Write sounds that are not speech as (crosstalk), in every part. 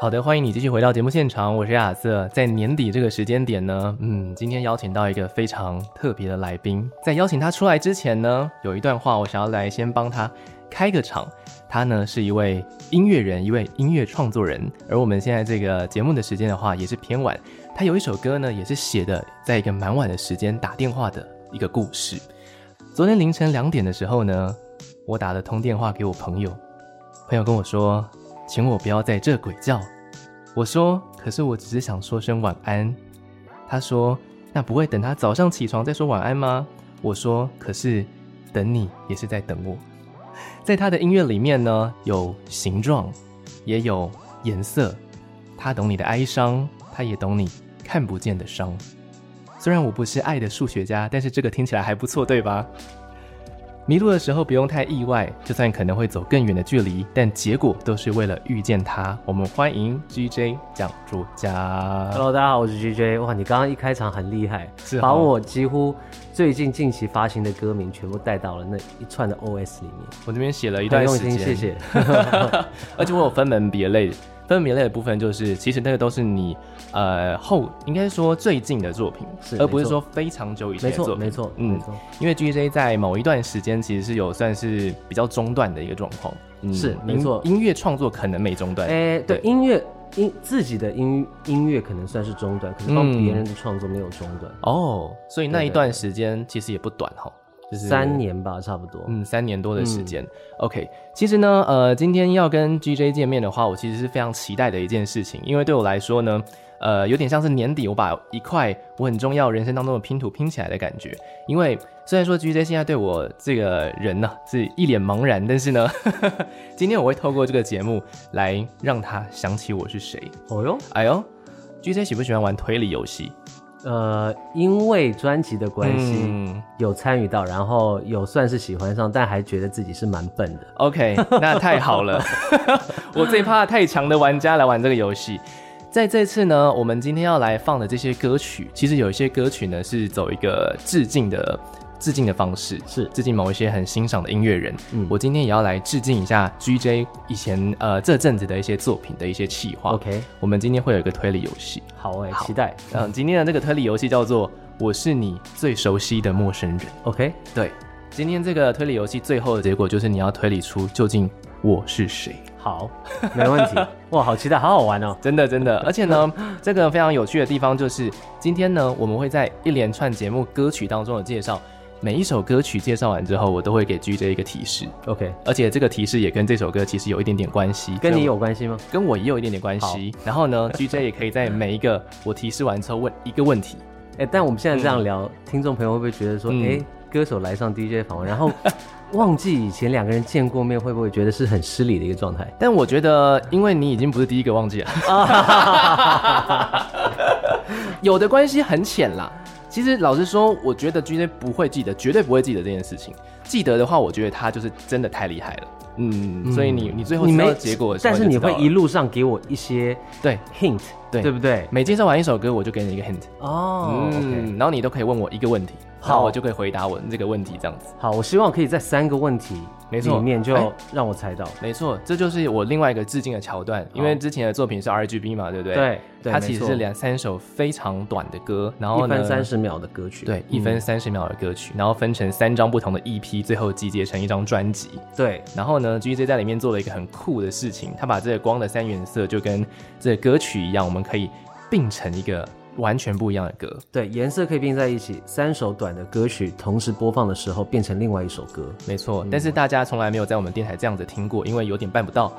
好的，欢迎你继续回到节目现场，我是亚瑟。在年底这个时间点呢，嗯，今天邀请到一个非常特别的来宾。在邀请他出来之前呢，有一段话我想要来先帮他开个场。他呢是一位音乐人，一位音乐创作人。而我们现在这个节目的时间的话，也是偏晚。他有一首歌呢，也是写的在一个蛮晚的时间打电话的一个故事。昨天凌晨两点的时候呢，我打了通电话给我朋友，朋友跟我说，请我不要在这鬼叫。我说，可是我只是想说声晚安。他说，那不会等他早上起床再说晚安吗？我说，可是等你也是在等我。在他的音乐里面呢，有形状，也有颜色，他懂你的哀伤，他也懂你看不见的伤。虽然我不是爱的数学家，但是这个听起来还不错，对吧？迷路的时候不用太意外，就算可能会走更远的距离，但结果都是为了遇见他。我们欢迎 GJ 讲作家。 Hello，大家好，我是 GJ。哇，你刚刚一开场很厉害，啊是把哦我几乎最近近期发行的歌名全部带到了那一串的 OS 里面，我这边写了一很段用时心，间，谢。谢。 (laughs) 而且我有分门别类，分门别类的部分就是，其实那个都是你呃后应该说最近的作品，是而不是没说错非常久以前没的作错，品。没错，嗯没错，因为 GJ 在某一段时间其实是有算是比较中断的一个状况，嗯是音没错音乐创作可能没中断，哎，对对，音乐音自己的音音乐可能算是中断，可是帮嗯别人的创作没有中断，哦，所以那对一对段时间其实也不短哈，就是三，年吧，差不多。嗯，三年多的时间。OK，其实呢，呃，今天要跟 GJ 见面的话，我其实是非常期待的一件事情，因为对我来说呢，呃，有点像是年底我把一块我很重要人生当中的拼图拼起来的感觉。因为虽然说 GJ 现在对我这个人呢、是一脸茫然，但是呢， (laughs) 今天我会透过这个节目来让他想起我是谁。哦哟，哎呦，GJ 喜不喜欢玩推理游戏？呃，因为专辑的关系嗯有参与到，然后有算是喜欢上，但还觉得自己是蛮笨的。 (laughs) OK，那太好了，我最怕太强的玩家来玩这个游戏。在这次呢，我们今天要来放的这些歌曲，其实有一些歌曲呢是走一个致敬的致敬的方式，是致敬某一些很欣赏的音乐人。嗯我今天也要来致敬一下 GJ 以前呃这阵子的一些作品的一些企划。 OK，我们今天会有一个推理游戏，好哎，好期待。嗯，今天的这个推理游戏叫做《我是你最熟悉的陌生人》。 OK，对，今天这个推理游戏最后的结果就是你要推理出究竟我是谁。好，没问 (laughs) 题。哇，好期待，好好玩哦。真的，真 (laughs) 的，而且呢，这个非常有趣的地方就是，今天呢，我们会在一连串节目歌曲当中的介绍，每一首歌曲介绍完之后，我都会给 GJ 一个提示， OK，而且这个提示也跟这首歌其实有一点点关系，跟所以你我有关系吗？跟我也有一点点关系。然后呢，GJ 也可以在每一个我提示完之后问一个问题，哎、但我们现在这样聊，听众朋友会不会觉得说，哎、嗯歌手来上 DJ 访 (laughs) 问，然后忘记以前两个人见过面，会不会觉得是很失礼的一个状态？但我觉得，因为你已经不是第一个忘记 (laughs) 了，有的关系很浅啦。其实老实说，我觉得 GJ 不会记得，绝对不会记得这件事情。记得的话，我觉得他就是真的太厉害了。嗯，所以你你最后知道结果的时候但就是知你道了，会一路上给我一些对 hint，对对不对？每介绍完一首歌，我就给你一个 hint，哦、o 嗯，然后你都可以问我一个问题，好然后我就可以回答我这个问题这样子。 k 好，我希望可以在三个问题没错里面哎就让我猜到。没错，这就是我另外一个致敬的桥段，因为之前的作品是 RGB 嘛，对不对？对对它没其实错是两三首非常短的歌，然后一呢，分三十秒的歌曲，嗯对，一分三十秒的歌曲，然后分成三张不同的 EP，最后集结成一张专辑。嗯对，然后呢，GJ 在里面做了一个很酷的事情，他把这个光的三原色就跟这个歌曲一样，我们可以并成一个完全不一样的歌。对，颜色可以并在一起，三首短的歌曲同时播放的时候变成另外一首 (laughs) 歌。没错，但嗯是大家从来没有在我们电台这样子听过，因为有点办不到。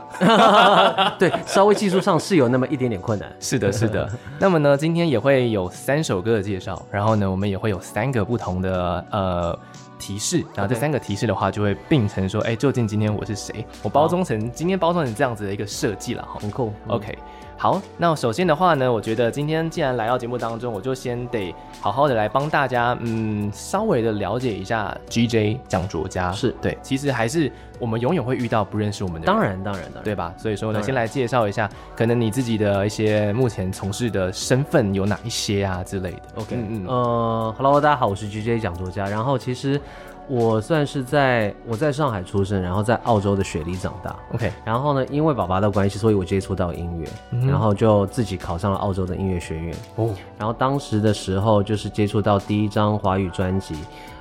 对，稍微技术上是有那么一点点困难。是 (laughs) 的，是的。那么呢，今天也会有三首歌的介绍，然后呢，我们也会有三个不同的呃提示，然后这 OK 三个提示的话就会并成说，哎、究竟今天我是谁？我包装成今天包装成这样子的一个设计了哈。很酷。嗯 OK，好，那首先的话呢，我觉得今天既然来到节目当中，我就先得好好的来帮大家，嗯，稍微的了解一下 GJ 蒋卓家。是对，其实还是我们永远会遇到不认识我们的人，当然当然当然，对吧？所以说呢，当然先来介绍一下，可能你自己的一些目前从事的身份有哪一些啊之类的。 OK，嗯嗯，呃，Hello，大家好，我是 GJ 讲座家。然后其实我算是在我在上海出生，然后在澳洲的雪梨长大。 OK，然后呢，因为爸爸的关系，所以我接触到音乐，嗯然后就自己考上了澳洲的音乐学院。哦，然后当时的时候，就是接触到第一张华语专辑，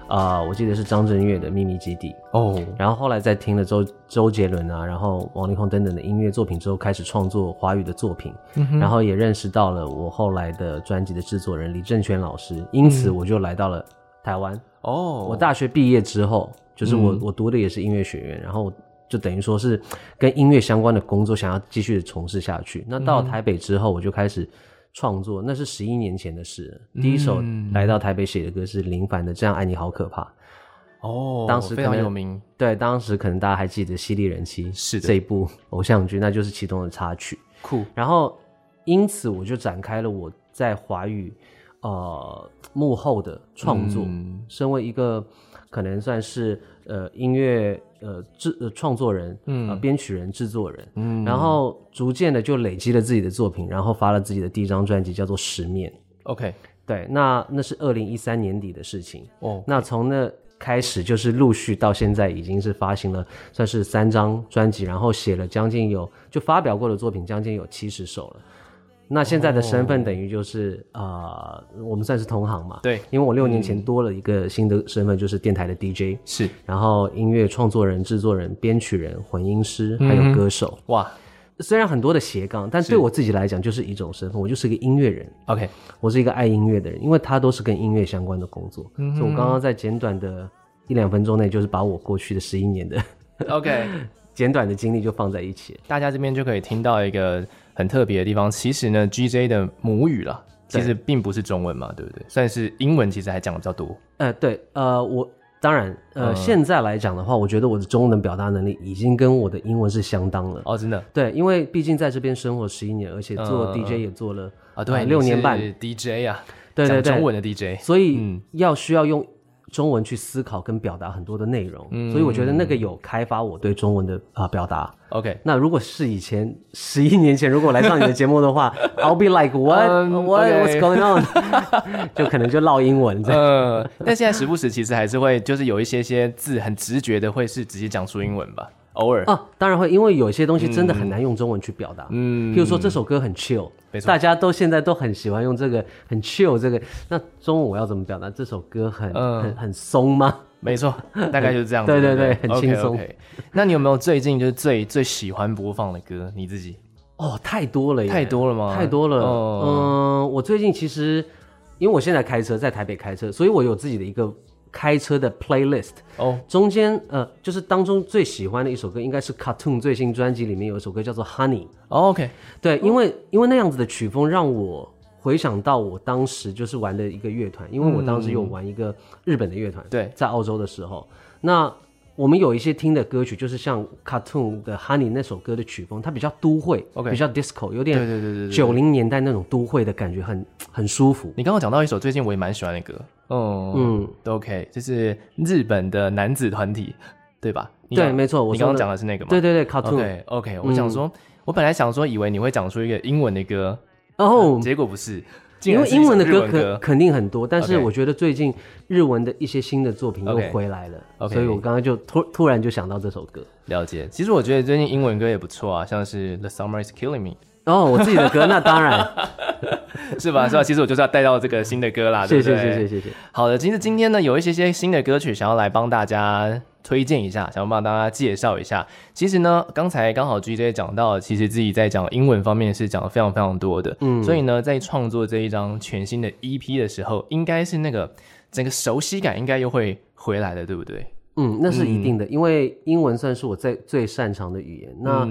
啊、我记得是张震岳的《秘密基地》。哦，然后后来在听了周周杰伦啊，然后王力宏等等的音乐作品之后，开始创作华语的作品，嗯然后也认识到了我后来的专辑的制作人李正轩老师，因此我就来到了台湾。嗯哦，嗯我大学毕业之后，就是我、我读的也是音乐学院，然后我就等于说是跟音乐相关的工作想要继续从事下去。那到了台北嗯之后，我就开始创作，那是十一年前的事了。第一首嗯来到台北写的歌是林凡的《这样爱你好可怕》。哦，当时非可常能有名。对，当时可能大家还记得《犀利人妻》是的这一部偶像剧，那就是其中的插曲。酷，然后，因此我就展开了我在华语呃幕后的创作。嗯身为一个可能算是呃音乐呃制呃创作人，嗯，呃编曲人、制作人，嗯，然后逐渐的就累积了自己的作品，然后发了自己的第一张专辑，叫做《十面》。 OK，对，那那是二零一三年底的事情。哦，那从那开始就是陆续到现在已经是发行了算是三张专辑，然后写了将近有就发表过的作品将近有七十首了。那现在的身份等于就是、呃，我们算是同行嘛。对因为我六年前多了一个新的身份，就是电台的 DJ，是然后音乐创作人、制作人、编曲人、混音师，还有歌手。哇虽然很多的斜杠，但对我自己来讲就是一种身份，我就是一个音乐人。 ，OK，我是一个爱音乐的人，因为它都是跟音乐相关的工作，嗯所以我刚刚在简短的一两分钟内，就是把我过去的十一年的 (laughs) (laughs) OK，简短的经历就放在一起了。大家这边就可以听到一个很特别的地方。其实呢，GJ 的母语啦，其对实并不是中文嘛，对不对？算是英文，其实还讲的比较多。呃，对，呃，我当然，呃，嗯现在来讲的话，我觉得我的中文表达能力已经跟我的英文是相当了。哦，真的对，因为毕竟在这边生活十一年，而且做嗯 DJ 也做了啊，对，呃六你年半，是 DJ 啊，对对讲中对，文嗯的 DJ，所以要需要用中文去思考跟表达很多的内容，嗯所以我觉得那个有开发我对中文的啊、表达。 OK，那如果是以前十一年前，如果我来上你的节目 (laughs) 的话，I'll be like what Um, what okay. what's going (laughs) on，就 (laughs) 可能就唠英文这样。呃，但现在时不时其实还是会，就是有一些些字很直觉的会是直接讲出英文吧，偶尔，啊，当然会，因为有些东西真的很难用中文去表达。嗯譬如说这首歌很 chill，没错大家都现在都很喜欢用这个很 chill 这个。那中文我要怎么表达？这首歌很、嗯很很松吗？没错，大概就是这样子。对对对对不，很轻松 OK，OK 那你有没有最近就是最最喜欢播放的歌？你自己哦，太多了耶，太多了吗？太多了。哦嗯，我最近其实因为我现在开车在台北开车，所以我有自己的一个开车的 playlist。哦，中间呃，就是当中最喜欢的一首歌应该是 Cartoon 最新专辑里面有一首歌叫做《Honey》。哦 OK，对，因为因为那样子的曲风让我回想到我当时就是玩的一个乐团，因为我当时有玩一个日本的乐团，嗯对在澳洲的时候，那我们有一些听的歌曲就是像 Cartoon 的 Honey 那首歌的曲风，它比较都会 OK 比较 disco，有对点对对对对。九零年代那种都会的感觉很，很舒服。你刚刚讲到一首最近我也蛮喜欢的歌，哦，嗯， ，OK，就是日本的男子团体，对吧？你对，讲没错，我你刚说刚的讲的是那个吗？对对对，Cartoon，嗯，OK OK，我想说，我本来想说以为你会讲出一个英文的歌，然后结果不是，竟嗯因然为是一首英文的日歌文肯肯定很多，但是 OK 我觉得最近日文的一些新的作品又 OK 回来了 OK 所以我刚刚就突突然就想到这首 (laughs) 歌。了解。其实我觉得最近英文歌也不错啊，像是 The Summer Is Killing Me。 (laughs) 哦，我自己的歌，那当然，是吧？是吧？其实我就是要带到这个新的歌 (laughs) 啦，对谢不对？谢谢谢谢谢。好的，其实今天呢，有一些些新的歌曲想要来帮大家推荐一下，想要帮大家介绍一下。其实呢，刚才刚好 GJ 讲到，其实自己在讲英文方面是讲的非常非常多的，嗯，所以呢，在创作这一张全新的 EP 的时候，应该是那个整个熟悉感应该又会回来的，对不对？嗯，那是一定的，因为英文算是我最最擅长的语言。嗯那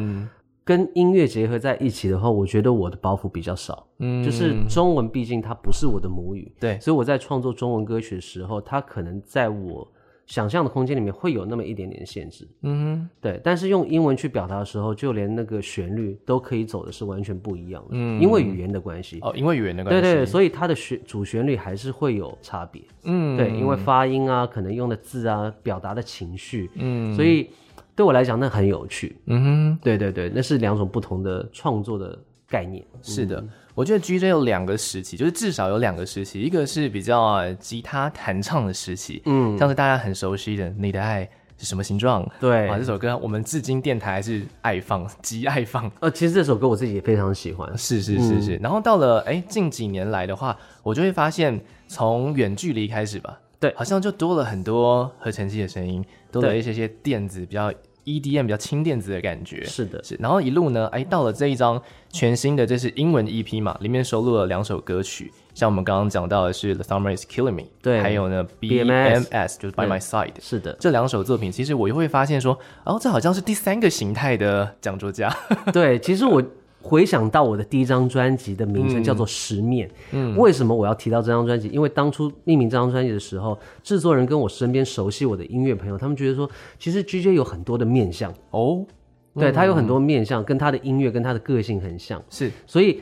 跟音乐结合在一起的话，我觉得我的包袱比较少。嗯就是中文，毕竟它不是我的母语，对所以我在创作中文歌曲的时候，它可能在我想象的空间里面会有那么一点点限制。嗯对，但是用英文去表达的时候，就连那个旋律都可以走的是完全不一样的，嗯，因为语言的关系。哼，哦，因为语言的关对系，对，以所以它的旋主旋律还是会有差别。嗯，对，因为发音啊，可能用的字啊，表达的情绪，嗯所以对我来讲那很有趣。嗯对对对，那是两种不同的创作的概念。哼，是嗯的。我觉得 G J 有两个时期，就是至少有两个时期，一个是比较啊吉他弹唱的时期，嗯，像是大家很熟悉的《你的爱是什么形状》对啊，这首歌我们至今电台还是爱放，极爱放。呃，其实这首歌我自己也非常喜欢。是是是嗯是，然后到了哎近几年来的话，我就会发现从远距离开始吧，对好像就多了很多合成器的声音，多了对一些些电子比较 EDM 比较轻电子的感觉。是的，是，然后一路呢，哎，到了这一张全新的，这是英文 EP 嘛，里面收录了两首歌曲，像我们刚刚讲到的是《The Summer Is Killing Me》，对还有呢 BMS BMS 就是 By My Side，是的，这两首作品，其实我又会发现说，哦，这好像是第三个形态的讲座家。 (laughs) 对，其实我回想到我的第一张专辑的名称叫做《十面》，嗯，为什么我要提到这张专辑？因为当初命名这张专辑的时候，制作人跟我身边熟悉我的音乐朋友，他们觉得说，其实 G J 有很多的面相，哦，对他有很多面相，跟他的音乐跟他的个性很像，是，所以。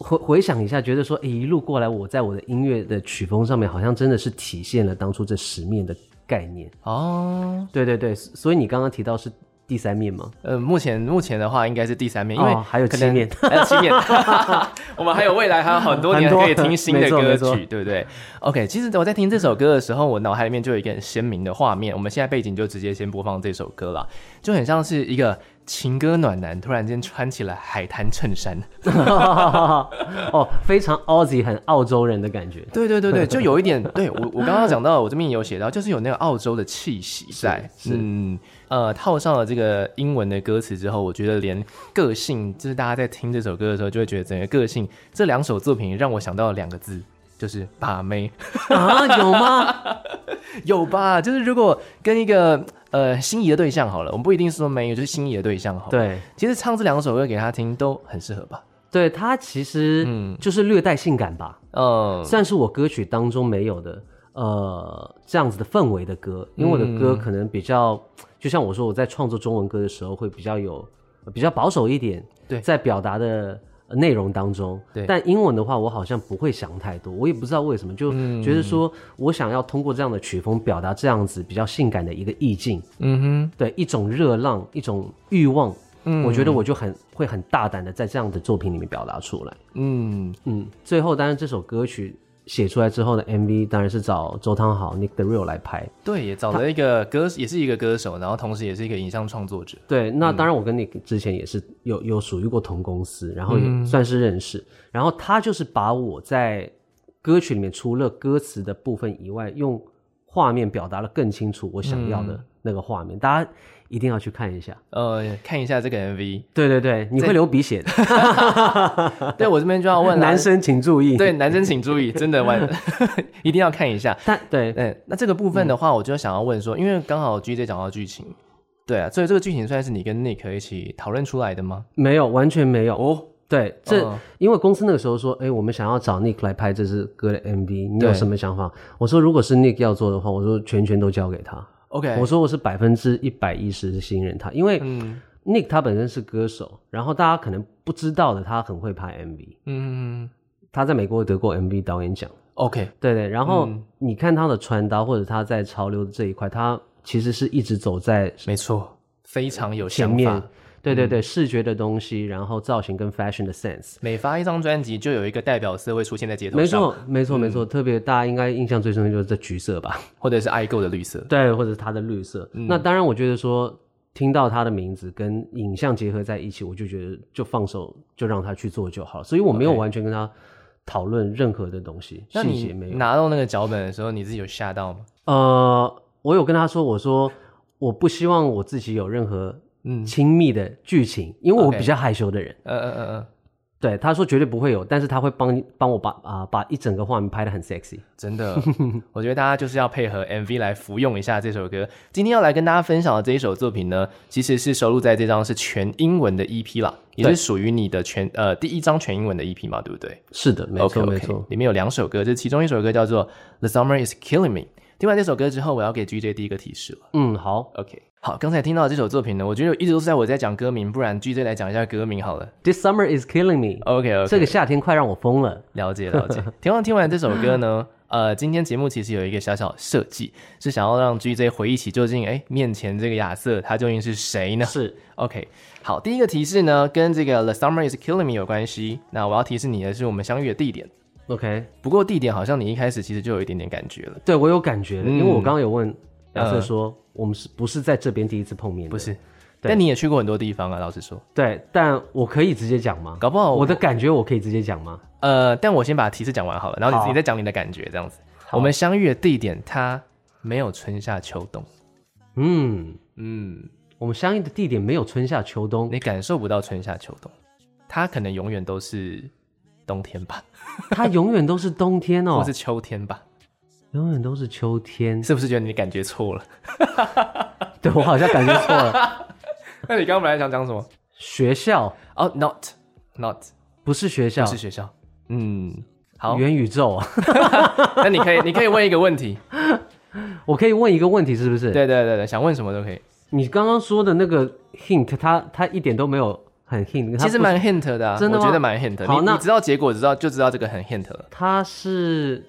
回回想一下，觉得说，诶一路过来，我在我的音乐的曲风上面，好像真的是体现了当初这十面的概念。哦，对对对，所所以你刚刚提到是第三面吗？呃，目前目前的话应该是第三面，因为哦还有可七能面还有七 (laughs) 面，我们还有未来还有很多年很多可以听新的没错歌没错曲，对不对？OK，其实我在听这首歌的时候，我脑海里面就有一个很鲜明的画面，我们现在背景就直接先播放这首歌了，就很像是一个情歌暖男突然间穿起了海滩衬衫。 (laughs) 哦，非常 Aussie，很澳洲人的感觉。对对对对， (laughs) 就有一点，对我我刚刚讲到，我这边也有写到，就是有那个澳洲的气息在，是是嗯呃，套上了这个英文的歌词之后，我觉得连个性，就是大家在听这首歌的时候，就会觉得整个个性这两首作品让我想到了两个字。就是把妹， (laughs) 啊，有吗？有吧？就是如果跟一个呃心仪的对象好了，我们不一定是说妹，就是心仪的对象好了。， (laughs) 对，其实唱这两首歌给他听都很适合吧。对他其实就是略带性感吧，嗯，算是我歌曲当中没有的，呃，这样子的氛围的歌，因为我的歌可能比较，就像我说我在创作中文歌的时候会比较有比较保守一点，对在表达的。呃内容当中，对但英文的话，我好像不会想太多，我也不知道为什么，就觉得说我想要通过这样的曲风表达这样子比较性感的一个意境，嗯对一种热浪，一种欲望，我觉得我就很会很大胆的在这样的作品里面表达出来。哼，嗯，嗯，最后当然这首歌曲写出来之后的 MV 当然是找周汤豪 Nick the Real 来拍。对，也找了一个歌，也是一个歌手，然后同时也是一个影像创作者。对，那当然我跟 Nick 之前也是有有属于过同公司，然后也算是认识。然后他就是把我在歌曲里面除了歌词的部分以外，用画面表达了更清楚我想要的那个画面，大家一定要去看一下。呃，看一下这个 MV。对对对，你会流鼻 (laughs) 血的。 (laughs) 对我这边就要问了， (laughs) 男生请注意。对男生请注意，真的 (laughs) 完，一定要看一下。但对嗯，那这个部分的话，我就想要问说，因为刚好 G J 讲到剧情，对啊，所以这个剧情算是你跟 Nick 一起讨论出来的吗？没有，完全没有。哦，对，这、嗯因为公司那个时候说，哎，我们想要找 Nick 来拍这支歌的 MV，你对有什么想法？我说，如果是 Nick 要做的话，我说全权都交给他。 OK，我说我是百分之一百一十是信任他，因为嗯 Nick 他本身是歌手，然后大家可能不知道的，他很会拍 MV，嗯他在美国得过 MV 导演奖。 ，OK，对对，然后嗯你看他的穿搭或者他在潮流的这一块，他其实是一直走在没错，非常有前想面法。。对对嗯对，视觉的东西，然后造型跟 fashion 的 sense，每发一张专辑，就有一个代表色会出现在街头没上，错没嗯错没错，特别大家应该印象最深的就是这橘色吧？ (laughs) 或者是爱购的绿色。对，或者是它的绿色。嗯那当然，我觉得说听到他的名字跟影像结合在一起，我就觉得就放手就让他去做就好了。所以我没有 OK 完全跟他讨论任何的东西，那细你节没有。拿到那个脚本的时候，你自己有吓到吗？呃，我有跟他说，我说我不希望我自己有任何嗯亲密的剧情，因为我 OK 比较害羞的人。呃呃呃，呃，对，他说绝对不会有，但是他会帮帮我把啊、把一整个画面拍得很 sexy。真的，我觉得大家就是要配合 MV 来服用一下这首歌。今天要来跟大家分享的这一首作品呢，其实是收录在这张是全英文的 EP 啦，也是对属于你的全呃第一张全英文的 EP 嘛，对不对？是的，没 OK，错 OK，没错。里面有两首歌，这其中一首歌叫做《The Summer Is Killing Me》，听完这首歌之后，我要给 GJ 第一个提示了。嗯，好 OK，好，刚才听到这首作品呢，我觉得一直都是在我在讲歌名，不然 GJ 来讲一下歌名好了。 ，This summer is killing me，、 OK OK，这个夏天快让我疯了。了解了 (laughs) 解。田望听完这首歌呢，呃，今天节目其实有一个小小设计，是想要让 GJ 回忆起究竟，哎，面前这个亚瑟他究竟是谁呢？是 OK，好，第一个提示呢跟这个 The Summer Is Killing Me 有关系。那我要提示你的是我们相遇的地点， ，OK，不过地点好像你一开始其实就有一点点感觉了，对我有感觉了，因为嗯我刚刚有问亚瑟呃说，我们是不是在这边第一次碰面的？不是？对但你也去过很多地方啊，老实说，对，但我可以直接讲吗？搞不好我的感觉我可以直接讲吗？呃，但我先把提示讲完好了，然后好你你再讲你的感觉，这样子。我们相遇的地点它没有春夏秋冬，嗯，嗯，我们相应的地点没有春夏秋冬，你感受不到春夏秋冬，它可能永远都是冬天吧，它永远都是冬天或 (laughs) 哦是，秋天吧，永远都是秋天。 (laughs) 是不是觉得你感觉错了？ (laughs) 对我好像感觉错了， (laughs) 那你刚刚本来想讲什么？学校哦、n o t not 不是学校不，是学校，嗯，好，元宇宙 (laughs) 啊。那你可以你可以问一个问题，我可以问一个问题，是不 (laughs) 是？对对对对，想问什么都可以，你刚刚说的那个 hint，它它一点都没有很 hint，它其实不是蛮 hint 的、啊，真的我觉吗得蛮 hint 的。好你那你知道结果，知道就知道这个很 hint 了，它是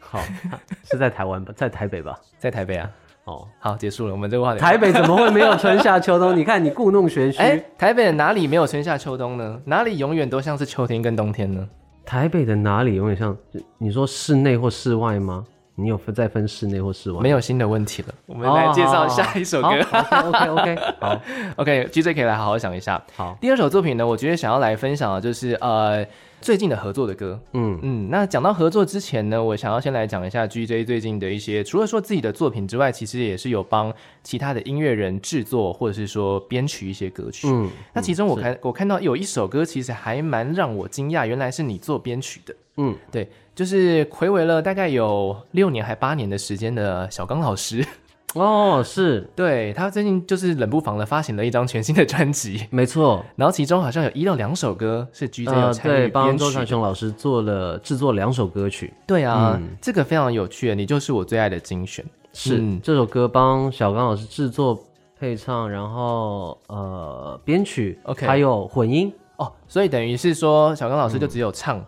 好 (laughs) 是在台湾吧，在台北吧？在台北啊。哦，好，结束了，我们这个话题。台北怎么会没有春夏 (laughs) 秋冬？你看你故弄玄虚。哎、台北的哪里没有春夏秋冬呢？哪里永远都像是秋天跟冬天呢？台北的哪里有点像？你说室内或室外吗？你有分再分室内或室外？哦没有，有新的问题了，我们来介绍下一首歌。 OK OK，好 (laughs) OK，GJ 可以来好好想一下。好，第二首作品呢，我觉得想要来分享的就是呃最近的合作的歌。嗯，嗯，那讲到合作之前呢，我想要先来讲一下 GJ 最近的一些，除了说自己的作品之外，其实也是有帮其他的音乐人制作或者是说编曲一些歌曲。嗯，那其中我看我看到有一首歌，其实还蛮让我惊讶，原来是你做编曲的。嗯，对，就是暌违了大概有六年还八年的时间的小刚老师， (laughs) 哦，是对他最近就是冷不防的发行了一张全新的专辑，没错。然后其中好像有一到两首歌是 GJ 有呃，参与对，编帮曲周传的。雄老师做了制作两首歌曲，对啊，嗯这个非常有趣，你就是我最爱的精选。是、嗯这首歌帮小刚老师制作配唱，然后呃编曲 OK 还有混音，哦，所以等于是说小刚老师就只有唱，嗯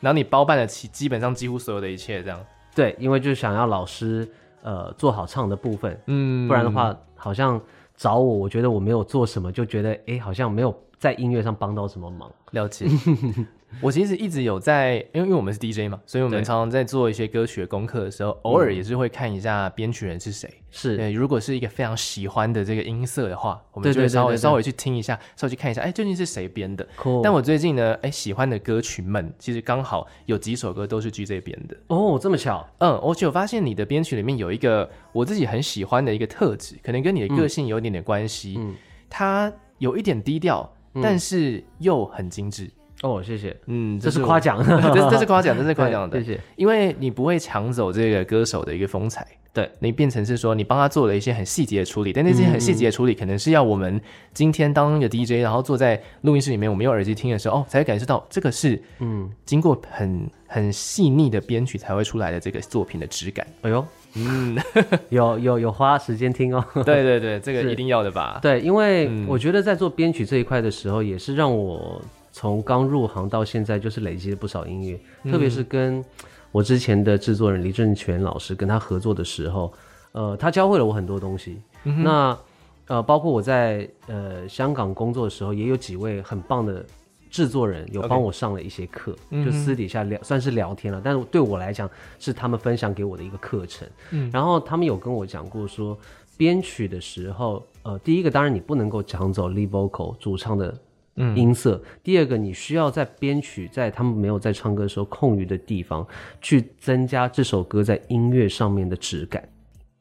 然后你包办了其基本上几乎所有的一切，这样。对，因为就是想要老师呃做好唱的部分，嗯，不然的话，好像找我，我觉得我没有做什么，就觉得诶，好像没有在音乐上帮到什么忙。了 (laughs) 解。我其实一直有在，因为因为我们是 DJ 嘛，所以我们对嗯常常在做一些歌曲的功课的时候，偶尔也是会看一下编曲人是谁。是，对，如果是一个非常喜欢的这个音色的话，我们就会对对对稍微对对稍微去听一下，稍微去看一下，哎，究竟是谁编的？ cool 但我最近呢，哎，喜欢的歌曲们，其实刚好有几首歌都是 G 这编的。哦，这么巧，嗯，而且我发现你的编曲里面有一个我自己很喜欢的一个特质，可能跟你的个性有一点点关系。嗯它有一点低调，但是又很精致。哦，谢谢，嗯，这是我夸，(laughs) 奖，这 (laughs) 是这是夸奖，这是夸奖的对。谢谢。因为你不会抢走这个歌手的一个风采，对，你变成是说你帮他做了一些很细节的处理，但那些很细节的处理可能是要我们今天当一个 DJ，然后坐在录音室里面，我们用耳机听的时候，哦，才会感受到这个是嗯，经过很很细腻的编曲才会出来的这个作品的质 (laughs) 感。哎呦，嗯， (laughs) 有有有花时间听哦。对对对，这个是一定要的吧？嗯对，因为我觉得在做编曲这一块的时候，也是让我从刚入行到现在，就是累积了不少音乐，特别嗯是跟我之前的制作人黎正全老师跟他合作的时候，呃，他教会了我很多东西。嗯那呃，包括我在呃香港工作的时候，也有几位很棒的。制作人有 OK 嗯帮我上了一些课就私底下聊，算是聊天了。但是对我来讲，是他们分享给我的一个课程。然后他们有跟我讲过说，编曲的时候，呃，第一个当然你不能够抢走 lead vocal 主唱的音色，第二个你需要在编曲在他们没有在唱歌的时候空余的地方，去增加这首歌在音乐上面的质感，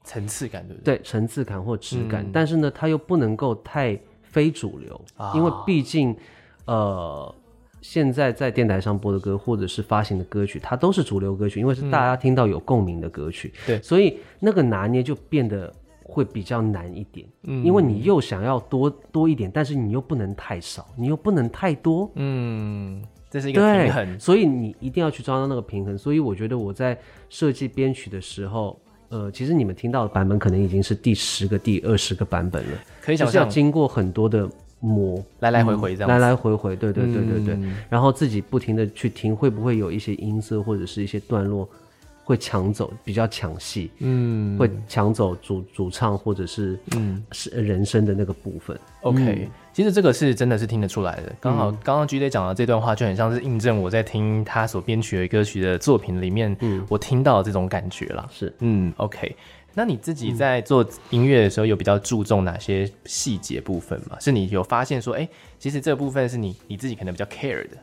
层次感，对不对？对层次感或质感，嗯但是呢，它又不能够太非主流，啊因为毕竟，呃。现在在电台上播的歌，或者是发行的歌曲，它都是主流歌曲，因为是大家听到有共鸣的歌曲。嗯对所以那个拿捏就变得会比较难一点，嗯因为你又想要多多一点，但是你又不能太少，你又不能太多，嗯，这是一个对平，衡。所以你一定要去抓到那个平衡。所以我觉得我在设计编曲的时候，呃，其实你们听到的版本可能已经是第十个、第二十个版本了，可以就想是要象经过很多的磨，来来回回这样子。来来回回，对对对对对，嗯然后自己不停的去听，会不会有一些音色或者是一些段落会抢走，比较抢戏，嗯，会抢走主主唱或者是嗯是人声的那个部分。 OK，、其嗯实这个是真的是听得出来的。刚好刚刚 G J 讲的这段话，就很像是印证我在听他所编曲的歌曲的作品里面，我听到的这种感觉啦。嗯是，嗯嗯，OK。那你自己在做音乐的时候，有比较注重哪些细节部分吗？是你有发现说，哎、其实这部分是你你自己可能比较 care 的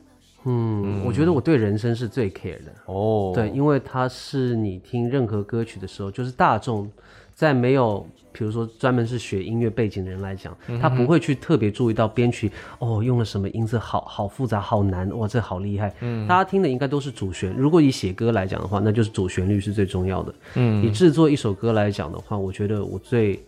嗯，我觉得我对人声是最 care 的，哦。对，，因为它是你听任何歌曲的时候，就是大众在没有，比如说专门是学音乐背景的人来讲，他不会去特别注意到编曲哦用了什么音色，好好复杂，好难，哇，这好厉害。嗯，大家听的应该都是主旋。如果以写歌来讲的话，那就是主旋律是最重要的。嗯，以制作一首歌来讲的话，我觉得我最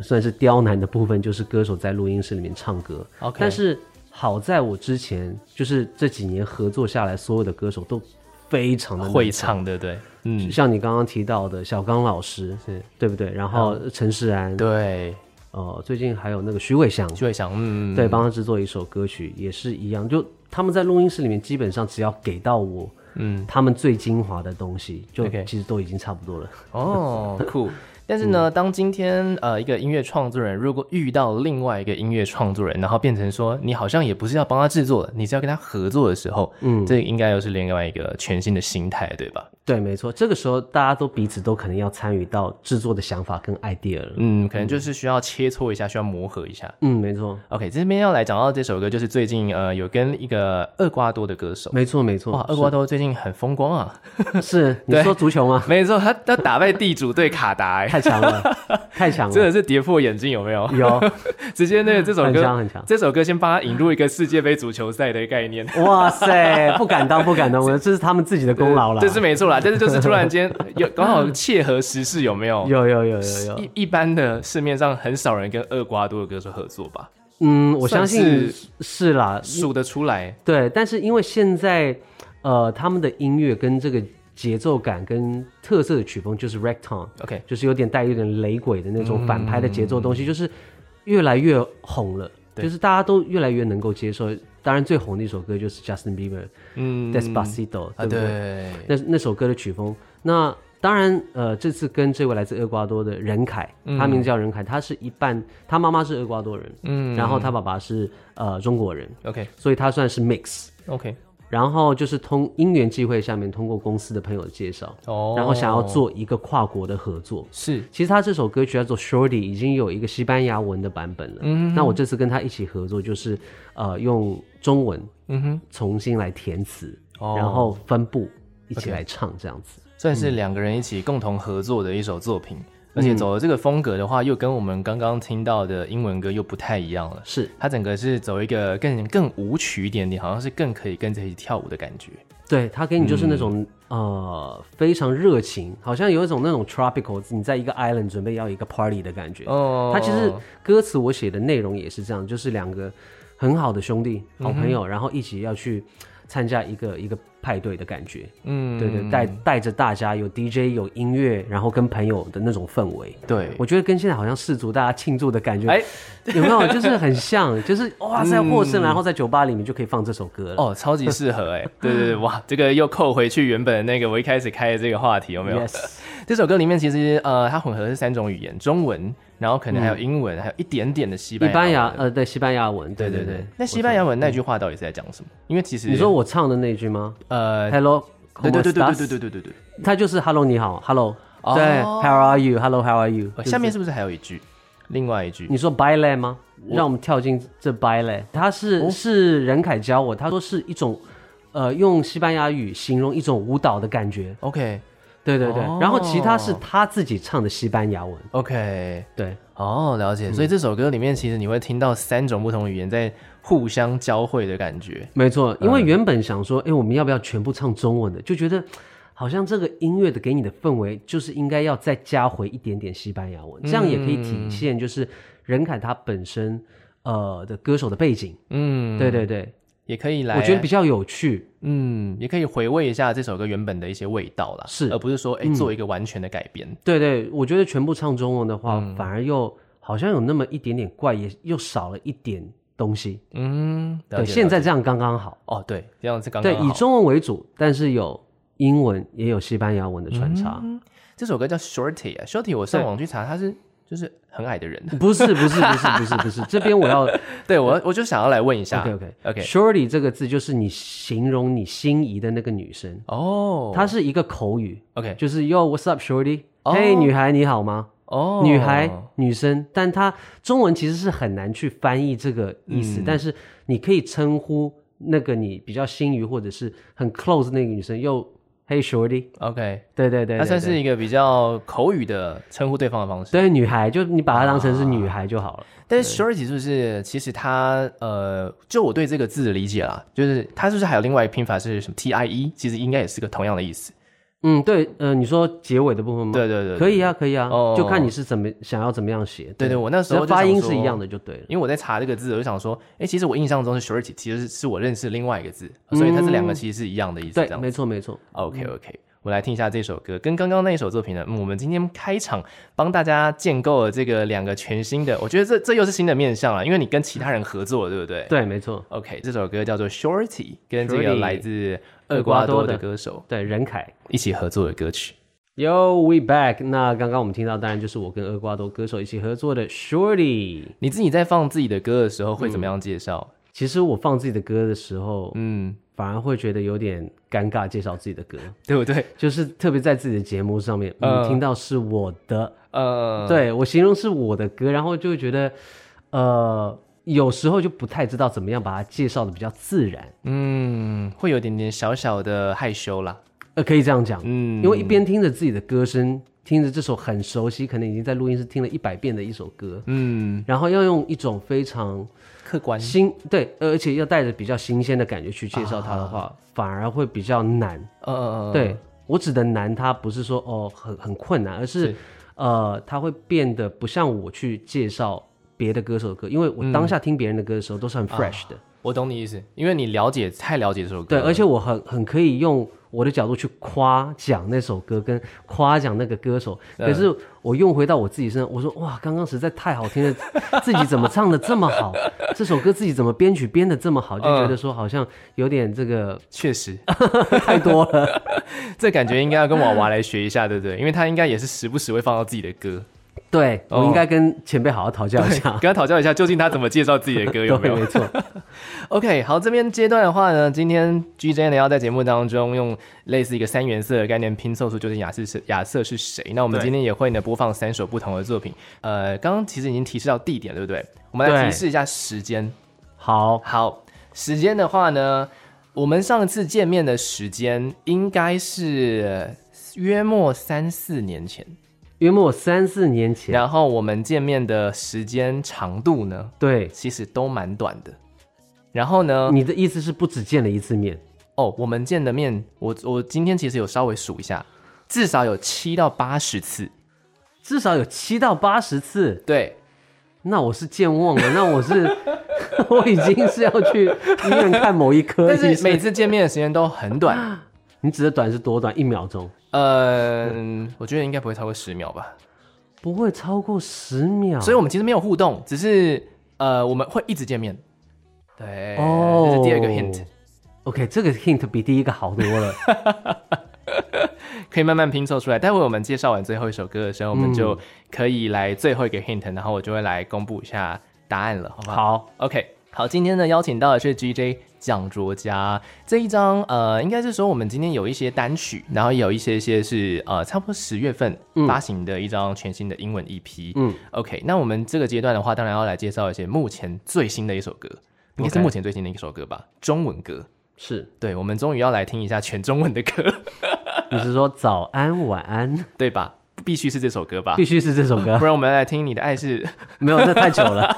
算是刁难的部分就是歌手在录音室里面唱歌。 OK 但是好在我之前就是这几年合作下来，所有的歌手都非常的会唱对不对？嗯，像你刚刚提到的小刚老师，是对不对？然后陈势安，对，呃，最近还有那个徐伟翔，就会想，嗯，对，帮他制作一首歌曲也是一样，就他们在录音室里面，基本上只要给到我，嗯，他们最精华的东西，就 OK 其实都已经差不多了。哦， (laughs) 酷。嗯但是呢，当今天呃一个音乐创作人如果遇到另外一个音乐创作人，然后变成说你好像也不是要帮他制作的，你是要跟他合作的时候，嗯，这应该又是另外一个全新的心态，对吧？对，没错，这个时候大家都彼此都可能要参与到制作的想法跟 idea 了。嗯，可能就是需要切磋一下，需要磨合一下。嗯，没错， OK，这边要来讲到这首歌，就是最近呃有跟一个厄瓜多的歌手，没错，没哇错，，厄瓜多最近很风光啊， (laughs) 是你对说足球吗？没错，他他打败地主队卡达、欸，太强了，太 (laughs) 强真了，的是跌破眼镜，有没有？有直接那个这首嗯很歌强很强。这首歌先帮他引入一个世界杯足球赛的概念。哇塞，不敢当，不敢当，我这是他们自己的功劳啦。这是没错啦，但是就是突然 (laughs) 间有刚好切合时事，有没有？有有有有有，一一般的市面上很少人跟厄瓜多的歌手合作吧，嗯，我相信算是是啦，数得出来。对，但是因为现在，呃，他们的音乐跟这个节奏感跟特色的曲风就是 ragtime， OK，就是有点带有点雷鬼的那种反拍的节奏东西，就是越来越红了，嗯对就是大家都越来越能够接受。当然，最红的一首歌就是 Justin Bieber 嗯 Despacito，、啊，对不对？对，那那首歌的曲风。那当然，呃，这次跟这位来自厄瓜多的任凯，他名字叫任凯，他是一半，他妈妈是厄瓜多人，嗯然后他爸爸是呃中国人， OK 所以他算是 mix。 OK，然后就是通因缘际会下面，通过公司的朋友的介绍，哦，然后想要做一个跨国的合作。是其实他这首歌曲叫做《Shorty》，已经有一个西班牙文的版本了。嗯，那我这次跟他一起合作，就是呃用中文嗯哼，重新来填词，哦然后分部一起来唱这样子。算是两个人一起共同合作的一首作品，而嗯且走的这个风格的话，又跟我们刚刚听到的英文歌又不太一样了。是，它整个是走一个更更舞曲一点点，好像是更可以跟着一起跳舞的感觉。对他给你就是那嗯种、呃非常热情，好像有一种那种 tropical，你在一个 island 准备要一个 party 的感觉。哦他其实歌词我写的内容也是这样，就是两个很好的兄弟、好朋嗯友，然后一起要去参加一个一个派对的感觉。嗯，对对，带带着大家有 DJ 有音乐，然后跟朋友的那种氛围。对，我觉得跟现在好像氏族大家庆祝的感觉，哎嗯有没有？就是很像，就是 (laughs) 哇塞获胜，然后在酒吧里面就可以放这首歌了。哦，超级适合哎，对对对，哇，这个又扣回去原本的那个我一开始开的这个话题有没有 Yes，这首歌里面其实呃，它混合的是三种语言，中文，然后可能还有英文，还有一点点的西西班班牙文呃对西班牙文，对对对对对对。。那西班牙文那句话到底是在讲什么？因为其实你说我唱的那句吗呃， ？Hello，对对对对 ¿cómo 对 estás？对对对对对它就是 Hello 你好，Hello，哦对，How are you？Hello How are you？呃，下面是不是还有一句？另外一句你说 By l a n 吗？让我们跳进这 By l a n 它是、哦是任凯教我，他说是一种。呃，用西班牙语形容一种舞蹈的感觉， ，OK 对对对。哦然后其他是他自己唱的西班牙文， OK，对，哦，了解。嗯所以这首歌里面其实你会听到三种不同语言在互相交汇的感觉。没错。嗯因为原本想说，哎、我们要不要全部唱中文的？就觉得好像这个音乐的给你的氛围，就是应该要再加回一点点西班牙嗯文，这样也可以体现就是任凯他本身呃的歌手的背景。嗯，对对对，也可以来，啊我觉得比较有趣。嗯，也可以回味一下这首歌原本的一些味道啦，是嗯而不是说哎、做一个完全的改编。对对，我觉得全部唱中文的话，嗯反而又好像有那么一点点怪，也又少了一点东西。嗯，了对，解现了解在这样刚刚好。哦，对，这样是刚刚对，以好中文为主，但是有英文也有西班牙文的穿嗯插。这首歌叫 Shorty 啊，Shorty 我上网去查，他是就是很矮的人。不是不是不是不是不 (laughs) 是，这边我要 (laughs) 对我我就想要来问一下 OK 啊 OK OK Shorty 这个字就是你形容你心仪的那个女生，哦，它是一个口语， OK 就是 Yo What's up Shorty？哦嘿、女孩你好吗？哦，女孩、女生，但它中文其实是很难去翻译这个意思，但是你可以称呼那个你比较心仪或者是很 close 那个女生，又 Hey Shorty， OK，对对对它对算对，是一个比较口语的称呼对方的方式。对女孩，就你把它当成是女孩就好了。但是 Shorty 是不是其实它呃，就我对这个字的理解啦，就是它是不是还有另外一个拼法是什么 T I E？其实应该也是个同样的意思。嗯，对，呃，你说结尾的部分吗？对对对，可以。以啊，可以啊，哦就看你是怎么想要怎么样写。对对，我那时只要候就发想音说是一样的就对了。因为我在查这个字，我就想说，哎，其实我印象中是 shorty，其实是我认识另外一个字，所以它这两个其实是一样的意思。这嗯对，样没错没错。 OK OK，我们来听一下这首歌，跟刚刚那一首作品呢，嗯我们今天开场帮大家建构了这个两个全新的，我觉得这这又是新的面向了，因为你跟其他人合作，对不对？对，没错。 OK，这首歌叫做 Shorty，跟这个 Shorty 来自厄厄瓜瓜多多的的歌手对，任凯。一起合作的歌曲。 Yo, we back。那刚刚我们听到，当然就是我跟厄瓜多歌手一起合作的 Shorty。你自己在放自己的歌的时候会怎么样介绍？其实我放自己的歌的时候，嗯，反而会觉得有点尴尬，介绍自己的歌，对不对？就是特别在自己的节目上面，嗯嗯，听到是我的，呃，对我形容是我的歌，然后就会觉得，呃，有时候就不太知道怎么样把它介绍的比较自然，嗯，会有点点小小的害羞啦。呃，可以这样讲，嗯，因为一边听着自己的歌声，听着这首很熟悉，可能已经在录音室听了一百遍的一首歌，嗯然后要用一种非常客观新对，呃而且要带着比较新鲜的感觉去介绍它的话，反而会比较难。呃，对我指的难，它不是说哦很很困难，而是是呃，它会变得不像我去介绍别的歌手的歌，因为我当下听别人的歌的时候都是很 fresh 的，我懂你意思，因为你了解太了解这首歌对，了，而且我很很可以用我的角度去夸奖那首歌，跟夸奖那个歌手。嗯可是我用回到我自己身上，我说哇，刚刚实在太 (laughs) 好听了，自己怎么唱的这么好？这首歌自己怎么编曲编的这么好？就嗯觉得说好像有点这个 (laughs) 确实， (laughs) 太多了。这感觉应该要跟娃娃来学一下，对不对？因为他应该也是时不时会放到自己的 (laughs) 歌，对哦我应该跟前辈好好讨教一下。跟他讨教一下，究竟他怎么介绍自己的歌 (laughs) 有没啊对，有没错， ？OK，好，这边阶段的话呢，今天 GJ 呢要在节目当中用类似一个三原色的概念拼凑出究竟亚瑟是亚瑟是谁。那我们对今天也会呢播放三首不同的作品，呃，刚刚其实已经提示到地点，对不对？我们来对提示一下时间。好，好，时间的话呢，我们上次见面的时间应该是约莫三四年前，约莫三四年前，然后我们见面的时间长度呢，对，其实都蛮短的。然后呢，你的意思是不只见了一次面，哦，我们见的面，我我今天其实有稍微数一下，至少有七到八十次。至少有七到八十次。对，那我是健忘了，那我是 (laughs) 我已经是要去医院看某一科但医是每生。次见面的时间都很短，你指的短是多短？一秒钟？嗯、我觉得应该不会超过十秒吧。不会超过十秒。所以我们其实没有互动，只是呃，我们会一直见面。对，哎哦这是第二个 hint， OK，这个 hint 比第一个好 (laughs) 多了。可以慢慢拼凑出来。待会我们介绍完最后一首歌的时候，我们就可以来最后一个 hint，然后我就会来公布一下答案了，好不好？好， OK，好，今天呢邀请到的是 GJ 蒋卓佳这一张，呃，应该是说我们今天有一些单曲，然后有一些些是呃，差不多十月份发行的一张全新的英文 EP。嗯嗯，OK，那我们这个阶段的话，当然要来介绍一些目前最新的一首歌，应该是 OK 目前最新的一首歌吧，中文歌。是对，我们终于要来听一下全中文的歌， (laughs) 你是说早安晚安，对吧？必须是这首歌吧必，须是这首歌 (laughs) 不？然我们来听你的爱是。没有，那太久了。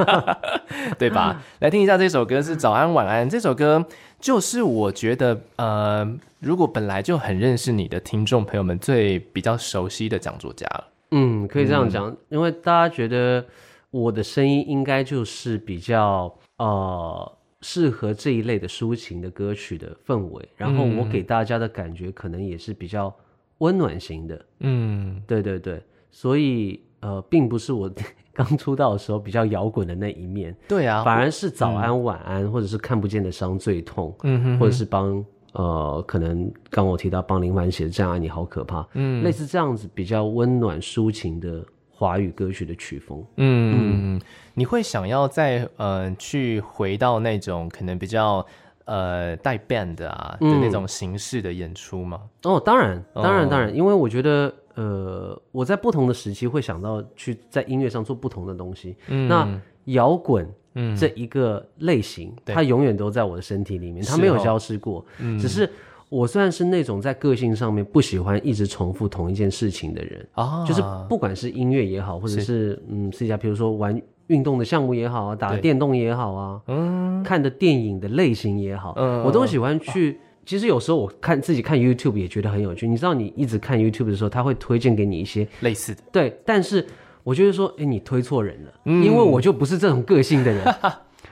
对嗯吧？来听一下这首歌是《早安晚安》这首歌，就是我觉得呃，如果本来就很认识你的听众朋友们最比较熟悉的讲座家了。嗯，可以这样讲，因为大家觉得我的声音应该就是比较呃适合这一类的抒情的歌曲的氛围，然后我嗯给大家的感觉可能也是比较温暖型的，嗯，对对对，所以呃，并不是我 (laughs) 刚出道的时候比较摇滚的那一面，对啊，反而是早安、晚安，或者是看不见的伤最痛，嗯哼，或者是帮呃，可能刚我提到帮林凡写的《这样爱你好可怕》，嗯类似这样子比较温暖抒情的华语歌曲的曲风。嗯，你会想要再呃去回到那种可能比较呃带 band 啊的嗯那种形式的演出吗？哦，当然，当然，哦当然，因为我觉得，呃，我在不同的时期会想到去在音乐上做不同的东西。嗯那摇滚嗯这一个类型，对它永远都在我的身体里面，它是没有哦消失过。只是我虽然是那种在个性上面不喜欢一直重复同一件事情的人，啊，就是不管是音乐也好，或者是是嗯，私下比如说玩运动的项目也好啊，打对电动也好啊，嗯看的电影的类型也好，嗯我都喜欢去。其实有时候我看自己看 YouTube 也觉得很有趣。你知道，你一直看 YouTube 的时候，他会推荐给你一些类似的，对，但是我就是说，哎，你推错人了，嗯因为我就不是这种个性的人，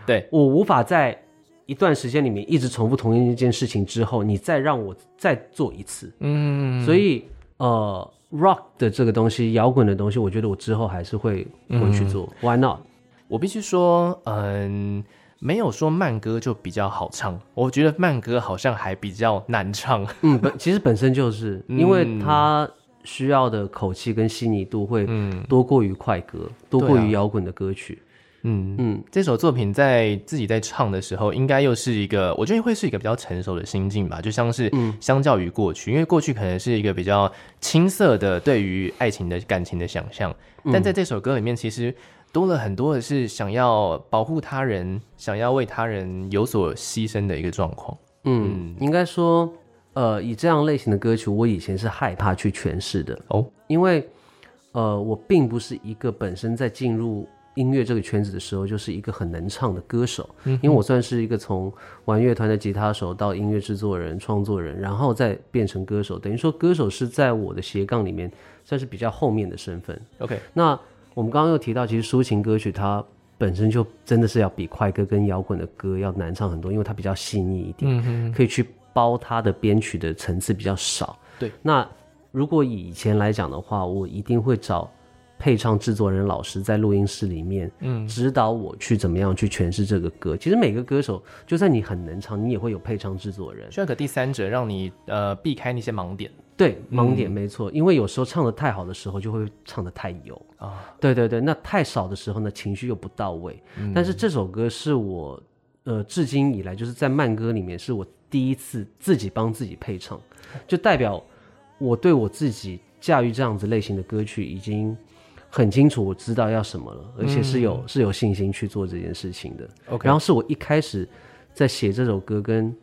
对，我无法在一段时间里面一直重复同一件事情之后，你再让我再做一次。嗯，所以，呃，rock 的这个东西，摇滚的东西，我觉得我之后还是会会去做。Why 嗯 not？我必须说，嗯。没有说慢歌就比较好唱，我觉得慢歌好像还比较难唱。 (laughs) 嗯，本其实本身就是嗯因为它需要的口气跟细腻度会多过于快歌，多嗯过对啊于摇滚的歌曲。嗯，嗯，这首作品在自己在唱的时候，应该又是一个，我觉得会是一个比较成熟的心境吧，就像是相较于过去，因为过去可能是一个比较青涩的对于爱情的感情的想象，但在这首歌里面，其实多了很多的是想要保护他人，想要为他人有所牺牲的一个状况。嗯，应该说，呃，以这样类型的歌曲，我以前是害怕去诠释的，哦，因为，呃，我并不是一个本身在进入音乐这个圈子的时候就是一个很能唱的歌手，因为我算是一个从玩乐团的吉他手到音乐制作人、创作人，然后再变成歌手，等于说歌手是在我的斜杠里面算是比较后面的身份。 ，OK，那我们刚刚又提到，其实抒情歌曲它本身就真的是要比快歌跟摇滚的歌要难唱很多，因为它比较细腻一嗯点，可以去包它的编曲的层次比较少。对，那如果以以前来讲的话，我一定会找配唱制作人老师在录音室里面，嗯，指导我去怎么样去诠释这个歌。其实每个歌手，就算你很能唱，你也会有配唱制作人。需要个第三者让你呃避开那些盲点对，盲嗯点没错，因为有时候唱的太好的时候，就会唱的太油。啊，嗯对对对，那太少的时候呢，情绪又不到位。但是这首歌是我呃至今以来就是在慢歌里面是我第一次自己帮自己配唱，就代表我对我自己驾驭这样子类型的歌曲已经很清楚，我知道要什么了，而且是有、是有信心去做这件事情的。嗯 OK 然后是我一开始在写这首歌跟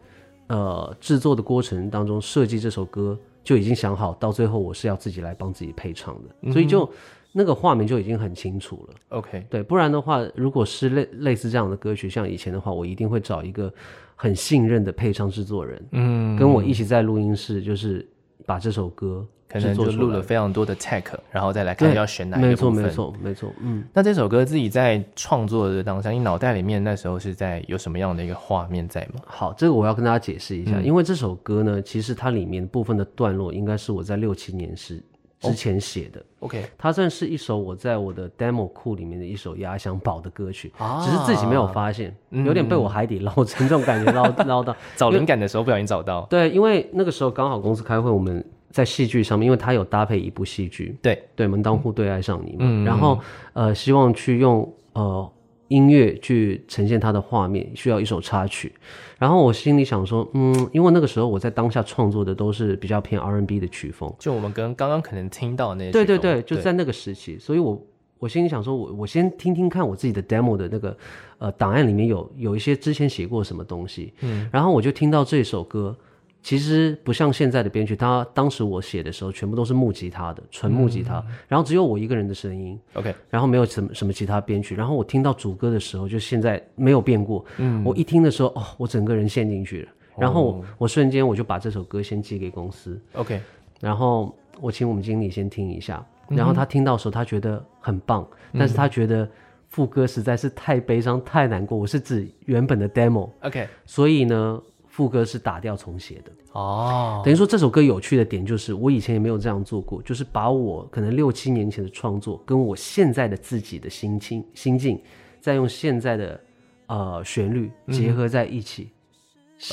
呃制作的过程当中设计这首歌就已经想好，到最后我是要自己来帮自己配唱嗯的，所以就那个画面就已经很清楚了。 ，OK，对，不然的话，如果是类类似这样的歌曲，像以前的话，我一定会找一个很信任的配唱制作人，嗯，跟我一起在录音室，就是把这首歌可能制就作出录来了非常多的 tag，然后再来看对要选哪一没个错，部分。没错，没错，嗯。那这首歌自己在创作的当下，你脑袋里面那时候是在有什么样的一个画面在吗？好，这个我要跟大家解释一嗯下，因为这首歌呢，其实它里面部分的段落应该是我在六七年时之前写的， OK，它算是一首我在我的 demo 库里面的一首压箱宝的歌曲，啊嗯只是自己没有发现，有点被我海底捞针这种感觉捞 (laughs) 捞到。找灵感的时候不小心找到，对，因为那个时候刚好公司开会，我们在戏剧上面，因为它有搭配一部戏剧，对，对，门当户对爱上你嘛。嗯然后呃，希望去用呃音乐去呈现它的画面，需要一首插曲。然后我心里想说，嗯，因为那个时候我在当下创作的都是比较偏 R&B 的曲风，就我们跟刚刚可能听到的那些对对曲风对，就在那个时期，所以我。我心里想说我，我先听听看我自己的 demo 的那个呃档案里面有有一些之前写过什么东西，嗯，然后我就听到这首歌，其实不像现在的编曲，它当时我写的时候全部都是木吉他的，纯木吉他，然后只有我一个人的声音， OK，然后没有什么什么其他编曲，然后我听到主歌的时候，就现在没有变过。嗯，哦我一听的时候，哦，我整个人陷进去了。然后我,、我瞬间我就把这首歌先寄给公司， OK，然后我请我们经理先听一下，然后他听到的时候，他觉得很棒，但是他觉得副歌实在是太悲伤、太难过。我是指原本的 demo， OK，所以呢，副歌是打掉重写的。哦，等于说这首歌有趣的点就是，我以前也没有这样做过，就是把我可能六七年前的创作，跟我现在的自己的心情心境，再用现在的呃旋律结合在一起。写嗯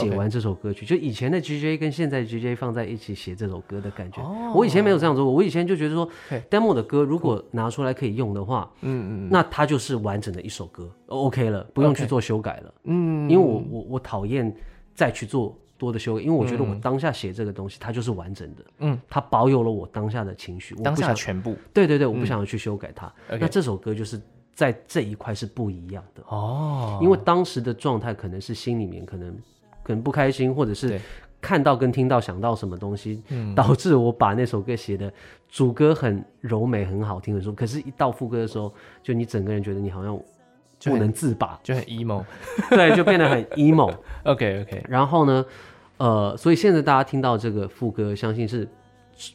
OK 完这首歌曲就以前的 G J 跟现在的 G J 放在一起写这首歌的感觉哦我以前没有这样做过。我以前就觉得说 OK ，demo 的歌如果拿出来可以用的话，嗯嗯那它就是完整的一首歌，OK 了，不用 OK 去做修改了。嗯，因为我我我讨厌再去做多的修改，因为我觉得我当下写这个东西，它就是完整的，嗯，它保有了我当下的情绪，我当不下想，全部对对对，我不想要去修改它。 OK 那这首歌就是在这一块是不一样的，哦，因为当时的状态可能是心里面可能可能不开心，或者是对。嗯看到跟听到想到什么东西， (laughs) 导致我把那首歌写的主歌很柔美、很好听的时候，可是，一到副歌的时候，就你整个人觉得你好像就不很，能自拔就很 emo。对，就变得很 emo。 OK OK，然后呢，呃，所以现在大家听到这个副歌，相信是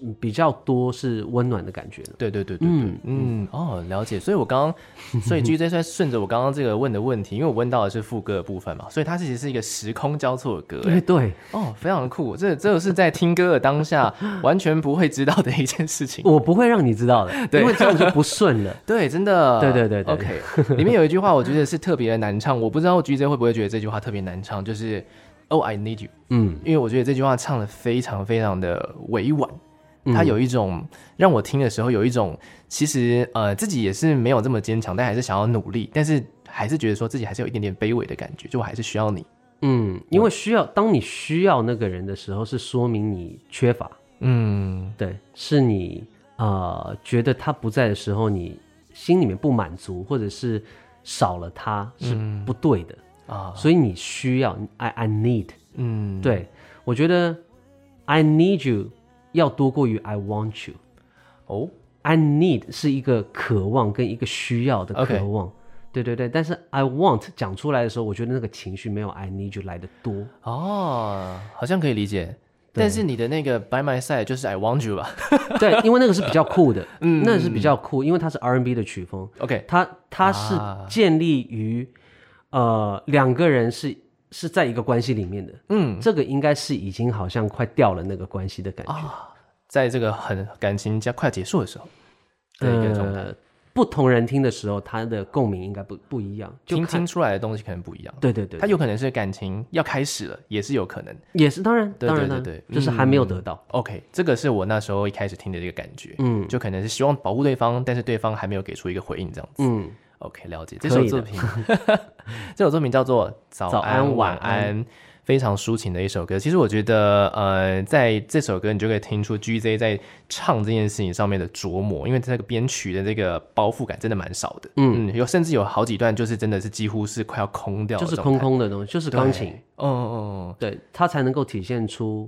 嗯比较多是温暖的感觉的。对对对对对，嗯嗯哦，了解。所以我刚刚，所以 G J 在顺着我刚刚这个问的问题，因为我问到的是副歌的部分嘛，所以它其实是一个时空交错的歌。对哎对，哦，非常的酷，这这个是在听歌的当下完全不会知道的一件事情。我不会让你知道的， (laughs) 对因为这样就不顺 (laughs) 了。对，真的，对对对对 OK，里面有一句话我觉得是特别的难唱，我不知道 G J 会不会觉得这句话特别难唱，就是 Oh I need you，嗯，因为我觉得这句话唱的非常非常的委婉，嗯它有一种让我听的时候有一种，其实呃自己也是没有这么坚强，但还是想要努力，但是还是觉得说自己还是有一点点卑微的感觉，就我还是需要你。嗯，因为需要，当你需要那个人的时候，是说明你缺乏，嗯，对，是你呃觉得他不在的时候，你心里面不满足，或者是少了他是不对的，嗯啊，所以你需要，I I need。嗯，对，我觉得 I need you 要多过于 I want you。哦， I need 是一个渴望跟一个需要的 OK 渴望对对对。但是 I want 讲出来的时候，我觉得那个情绪没有 I need you 来的多。哦，好像可以理解，但是你的那个 By My Side 就是 I Want You 吧 (laughs) 对，因为那个是比较酷的，嗯，那个是比较酷，因为它是 R&B 的曲风， ？OK，它它是啊建立于、呃两个人是是在一个关系里面的，嗯，这个应该是已经好像快掉了那个关系的感觉。在这个很感情加快结束的时候的一个状态，呃，不同人听的时候，他的共鸣应该不不一样。就听看听出来的东西可能不一样。对对对，它有可能是感情要开始了，也是有可能。也是当然，对当然对当对然对嗯就是还没有得到。 OK，这个是我那时候一开始听的这个感觉，嗯就可能是希望保护对方，但是对方还没有给出一个回应，这样子。嗯， OK，了解。可这以首作的品， (laughs) 这首作品叫做《早早安安晚晚安》，非常抒情的一首歌。其实我觉得，呃，在这首歌你就可以听出 GZ 在唱这件事情上面的琢磨，因为这个编曲的这个包覆感真的蛮少的。嗯，有甚至有好几段就是真的是几乎是快要空掉的就状态，是空空的东西，就是对钢琴，。嗯嗯嗯，对它才能够体现出，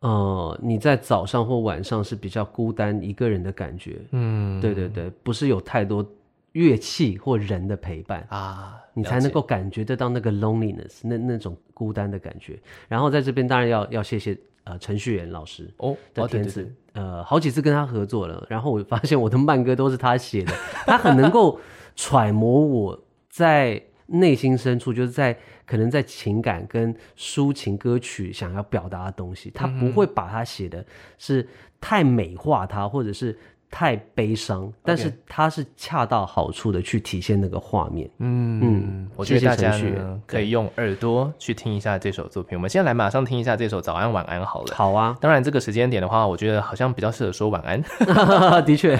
呃，你在早上或晚上是比较孤单一个人的感觉。嗯对对对，不是有太多乐器或人的陪伴。啊，你了才能解够感觉得到那个 loneliness，那那种孤单的感觉。然后在这边当然要要谢谢呃程序员老师，哦，的哦对填对词，对呃，好几次跟他合作了，然后我发现我的慢歌都是他写的，他很能够揣摩我在内心深处，就是在可能在情感跟抒情歌曲想要表达的东西，他不会把它写的是太美化它，或者是。太悲伤，但是他是恰到好处的去体现那个画面。嗯，我觉得谢谢大家程序呢员可以用耳朵去听一下这首作品。我们现在来马上听一下这首《早安晚安》好了。(laughs) 好啊，当然，这个时间点的话，我觉得好像比较适合说晚安。 (laughs) 的确，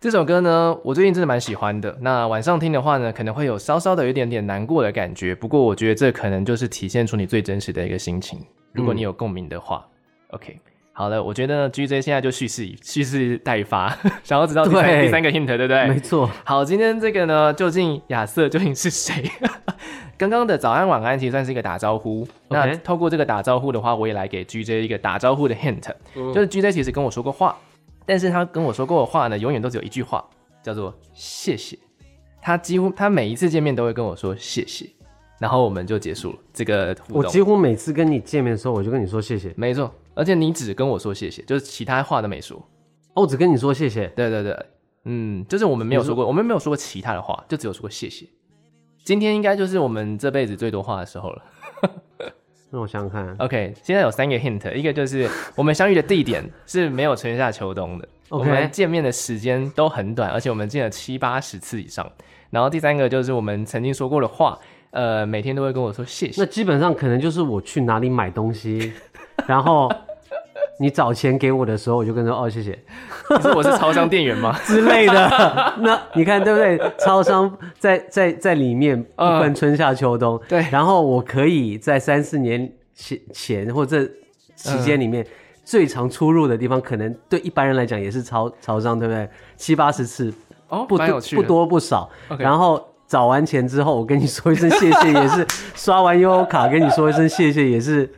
这首歌呢，我最近真的蛮喜欢的。那晚上听的话呢，可能会有稍稍的有一点点难过的感觉，不过我觉得这可能就是体现出你最真实的一个心情。如嗯果你有共鸣的话、o k 好了，我觉得呢 GJ 现在就蓄势蓄势待发， (laughs) 想要知道第三对第三个 hint，对不对？没错。好，今天这个呢，究竟亚瑟究竟是谁？ (laughs) 刚刚的早安晚安其实算是一个打招呼。那 OK 透过这个打招呼的话，我也来给 GJ 一个打招呼的 hint，、就是嗯 GJ 其实跟我说过话，但是他跟我说过的话呢，永远都只有一句话，叫做谢谢。他几乎他每一次见面都会跟我说谢谢，然后我们就结束了这个互我动几。乎每次跟你见面的时候，我就跟你说谢谢。没错，而且你只跟我说谢谢，就是其他话都没说。哦，我只跟你说谢谢。对对对，嗯，就是我们没有说过，我们没有说过其他的话，就只有说过谢谢。今天应该就是我们这辈子最多话的时候了。让我想想看 OK，现 (laughs) 在有三个 hint，一个就是我们相遇的地点是没有春夏秋冬的 OK 我们见面的时间都很短，而且我们见了七八十次以上。然后第三个就是我们曾经说过的话，呃，每天都会跟我说谢 (laughs) 谢那。基本上可能就是我去哪里买东 (laughs) 西，然后你找钱给我的时候，我就跟着哦谢谢可是我是超商店员吗？之类的。 (laughs) 那你看对不对？超商 (laughs) 在在在里面不嗯分春夏秋冬，对然后我可以在三四年前前或这期间里面。最常出入的地方，可能对一般人来讲也是超超商，对不对？七八十次，哦，不蛮多有趣的不多不少。 OK 然后找完钱之后，我跟你说一声谢谢，(laughs) 也是刷完悠游卡跟你说一声谢谢，也是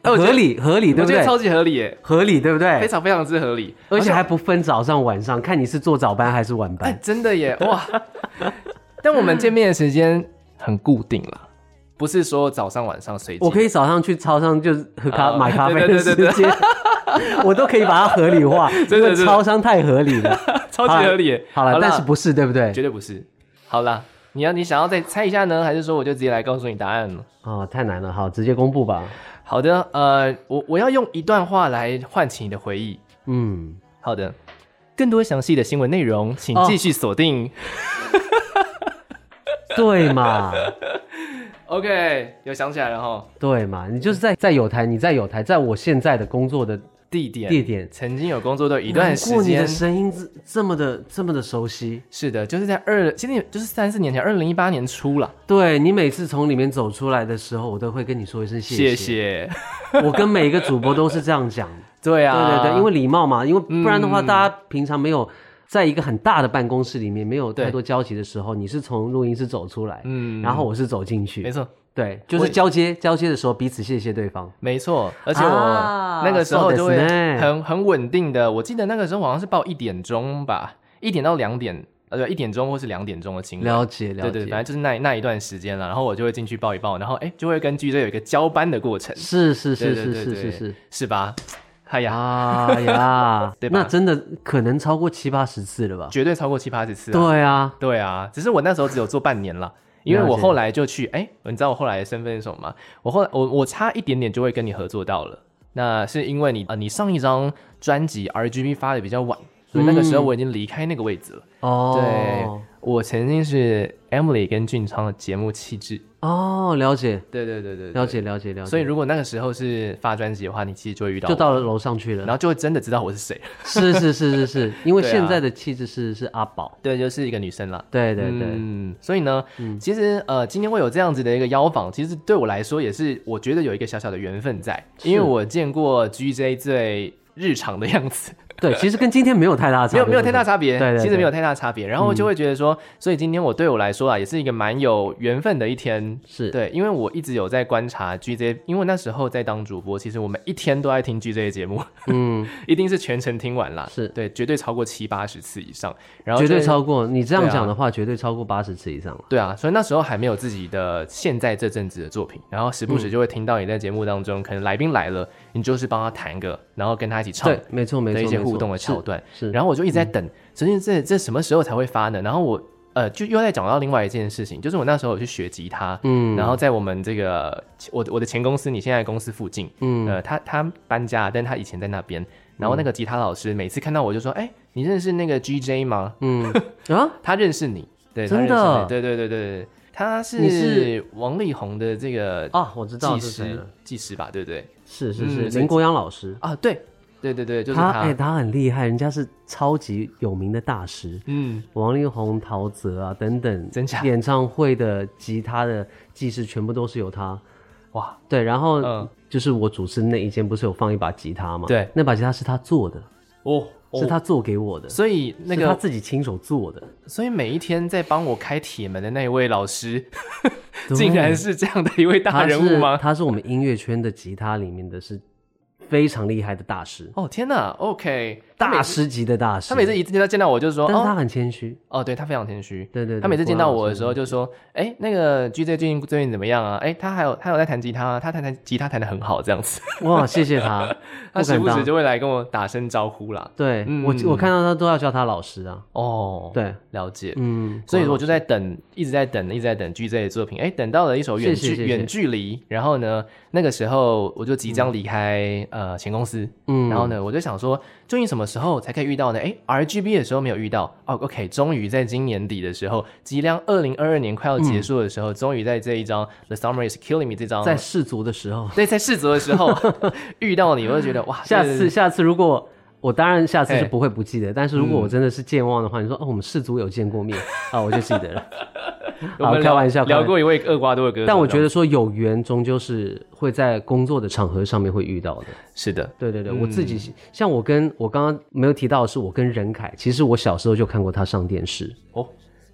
哎我觉得合理合理，对我不觉得对？超级合理耶，合理对不非对？常非常之合理，而且还不分早上晚上，看你是做早班还是晚 (laughs) 哎、班。真的 (laughs) 耶，哇！但我们见面的时间很固定了，不是说早上晚上随机。我可以早上去超商就是喝咖哦买咖啡 (laughs) 对的对 (laughs) 时对对间， (laughs) 我都可以把它合 (laughs) 理化，真因的为真的超商太合理了。 (laughs) 超级合理耶。好了，但是不是对不对？绝对不是。好啦，你要你想要再猜一下呢，还是说我就直接来告诉你答案呢？哦，太难了，好，直接公布吧。好的，呃，我我要用一段话来唤起你的回忆。嗯，好的，更多详细的新闻内容，请哦继续锁定。对嘛， OK，有想起来了哈。对嘛，你就是在在有台，你在有台，在我现在的工作的地点，地点曾经有工作的一段时难过你间的，声音这这么的这么的熟悉，是的，就是在二，今天就是三四年前，二零一八年初了。对你每次从里面走出来的时候，我都会跟你说一声谢谢谢。谢，我跟每一个主播都是这样讲，对 (laughs) 对啊，对对，因为礼貌嘛，因为不然的话，嗯大家平常没有在一个很大的办公室里面没有对太多交集的时候，你是从录音室走出来，嗯然后我是走进没去，错，对，就我是交接交接的时候彼此谢谢对方。没错，而且我啊那个时候就会そうですね很很稳定的，我记得那个时候好像是报一点钟吧，一点到两点，呃，对，一点钟或是两点钟的情况。了解了嗯对解，对，反正就是那那一段时间了，然后我就会进去报一报，然后哎，就会跟 G 队有一个交班的过程，是是对是对是对是对是是。是吧？哎 (laughs) 呀，，啊呀 (laughs) 对吧那真的可能超过七八十次了吧？绝对超过七八十次、啊。对啊，对啊，只是我那时候只有做半年了，因为了解我后来就去，哎，你知道我后来的身份是什么吗？我后来我我差一点点就会跟你合作到了，那是因为你啊、呃你上一张专辑 RGB 发的比较晚，所以那个时候我已经离开那个位置了。哦对，，我曾经是 Emily 跟俊昌的节目气质，哦，了解，对对对对了。解，了解，了解。所以如果那个时候是发专辑的话，你其实就会遇到就我，到了楼上去然了。后就会真的知道我是谁。 (laughs) 是是是是是，因为对啊现在的气质是是阿宝。对，就是一个女生啦。对对对，嗯，所以呢，其实呃，今天会有这样子的一个邀访，其实对我来说也是，我觉得有一个小小的缘分在，因为我见过 GJ 最日常的样子，对，其实跟今天没有太大的差没别，有没有太大差别，对对对嗯其实没有太大差别，然后就会觉得说，所以今天我对我来说啊，也是一个蛮有缘分的一天。是对，因为我一直有在观察 GJ，因为那时候在当主播，其实我们一天都在听 GJ 的节目，嗯， (laughs) 一定是全程听完啦，是对，绝对超过七八十次以上，然后绝对就超过。你这样对啊讲的话，绝对超过八十次以上了。对啊，所以那时候还没有自己的现在这阵子的作品，然后时不嗯时就会听到你在节目当中，可能来宾来了，你就是帮他弹个，然后跟他一起唱对，没错没错，的一些没互错动的是桥段。是，然后我就一直在等，究竟这这什么时候才会发呢？然后我呃，就又在讲到另外一件事情，就是我那时候有去学吉他，嗯然后在我们这个我我的前公司，你现在的公司附近，嗯呃，他他搬家，但他以前在那边，然后那个吉他老师每次看到我就说，哎、你认识那个 GJ 吗？嗯啊，他认识你，对，真的他认识你对对对对对，他是你是王力宏的这个啊，我知道技是谁师了，技师吧，对不对？是嗯是是所以林国阳老师，啊，对对对对，就是他哎他，他很厉害，人家是超级有名的大师。嗯，王力宏、陶喆啊等等，真假演唱会的吉他的技师全部都是由他。哇，对，然后、嗯就是我主持那一间不是有放一把吉他吗？对，那把吉他是他做的，哦，是，他做给我的，所以那是他个，自己亲手做的。所以每一天在帮我开铁门的那一位老师，对竟然是这样的一位大人物他是吗？他是我们音乐圈的吉他里面的是非常厉害的大师，哦天哪，OK，他每大师级的大师。他每次一见到见到我就说，但是他哦很谦虚，哦，对他非常谦虚，对对对他每次见到我的时候果然就说，哎，那个 GJ 最近最近怎么样啊？哎，他还有他有在弹吉他啊，他弹弹吉他弹的很好，这样子，，哇，谢谢他 (laughs) 他时敢不时当。就会来跟我打声招呼啦。对、嗯我，我看到他都要叫他老师啊。哦，，对，了解。嗯，所以我就在等，一直在等，一直在等 GJ 的作品。哎，等到了一首远谢谢距谢谢远距离，然后呢，那个时候我就即将离开、呃前公司，嗯然后呢，我就想说，究竟什么时候才可以遇到呢？哎，RGB 的时候没有遇到，哦，OK，终于在今年底的时候，即将二零二二年快要结束的时候，终于在这一张《The Summer Is Killing Me》这张在世足的时候， (laughs) 对在试足的时 (laughs) 候遇到你，我就觉得哇，下这次下次如果我当然下次哎嗯是不会不记得，但是如果我真的是健忘的话，你说哦，我们氏族有见 (laughs) 过面啊，我就记得了。我们好聊开玩笑聊过一位厄瓜多的歌手，但我觉得说有缘终究是会在工作的场合上面会遇到的。是的，对对对，我自嗯己像我跟我刚刚没有提到的是，我跟任凯，其实我小时候就看过他上电视。哦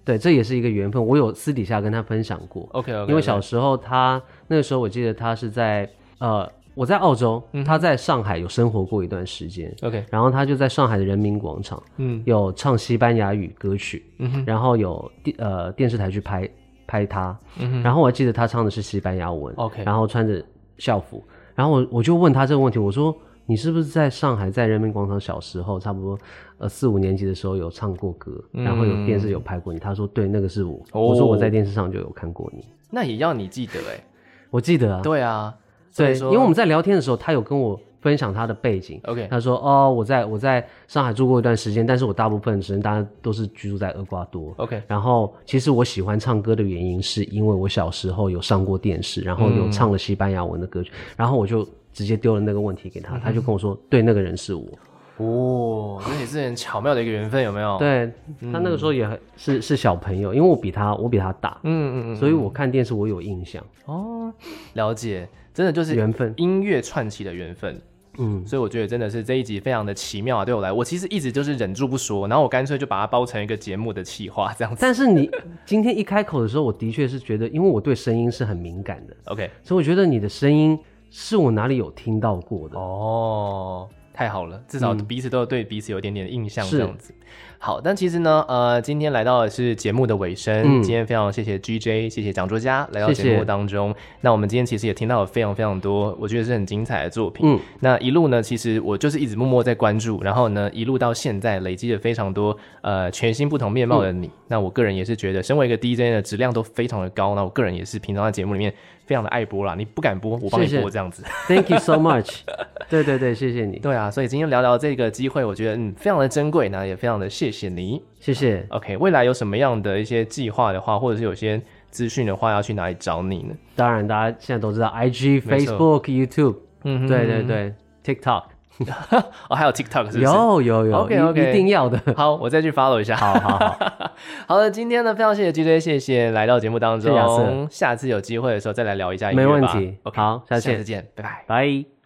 对，这也是一个缘分。我有私底下跟他分享过。 ，OK OK，因为小时候他那个时候我记得他是在呃我在澳洲，嗯他在上海有生活过一段时间， OK，然后他就在上海的人民广场嗯有唱西班牙语歌曲，嗯哼然后有电呃电视台去拍拍他，嗯哼然后我还记得他唱的是西班牙文 OK 然后穿着校服，然后我我就问他这个问题，我说。你是不是在上海，在人民广场小时候，差不多呃四五年级的时候有唱过歌，然后有电视有拍过你？他说对，那个是我。嗯哦我说我在电视上就有看过你。那也要你记得哎、我记得啊，对啊，所以对，说因为我们在聊天的时候，他有跟我分享他的背景。 OK 他说：“哦，我在我在上海住过一段时间，但是我大部分时间大家都是居住在厄瓜多。 OK 然后，其实我喜欢唱歌的原因，是因为我小时候有上过电视，然后有嗯唱了西班牙文的歌曲，然后我就直接丢了那个问题给他，他就跟我说：对，那个人是我。嗯哦，这也是很巧妙的一个缘分，有没有？，对他嗯那个时候也很是是小朋友，因为我比他我比他大，嗯嗯嗯，所以我看电视我有印象，哦，了解，真的就是缘分。音乐串起的缘分。嗯，所以我觉得真的是这一集非常的奇妙啊，对我来，我其实一直就是忍住不说，然后我干脆就把它包成一个节目的企划这样子。但是你今天一开口的时候，我的确是觉得，因为我对声音是很敏感的， OK，所以我觉得你的声音是我哪里有听到 (laughs) 过的。嗯哦，太好了，至少彼此都有对彼此有一点点印象是这样子。好，但其实呢，呃，今天来到的是节目的尾声，嗯今天非常谢谢 GJ，谢谢讲作家来到谢谢节目当中。那我们今天其实也听到了非常非常多，我觉得是很精彩的作品。嗯那一路呢，其实我就是一直默默在关注，然后呢，一路到现在累积了非常多呃全新不同面貌的嗯你。那我个人也是觉得，身为一个 DJ 的质量都非常的高，那我个人也是平常在节目里面非常的爱播啦，你不敢播，我帮你谢谢播这样子。 Thank you so much。对对对，谢谢你，对啊，所以今天聊聊这个机会，我觉得嗯非常的珍贵，那也非常的谢谢你。谢谢。 OK，未来有什么样的一些计划的话，或者是有些资讯的话，要去哪里找你呢？当然，大家现在都知道，IG、没错 Facebook、YouTube，嗯对对对，TikTok，哦，还有 TikTok 是不是？有有有 OK，OK 一一定要的。 (laughs) 好，我再去 follow 一下。好 (laughs) 好好， (laughs) 好了，今天呢，非常谢谢 GJ，谢谢来到节目当中，谢谢亚瑟下次有机会的时候再来聊一下音乐没吧。问题 OK，好下次下见次见，拜拜。拜。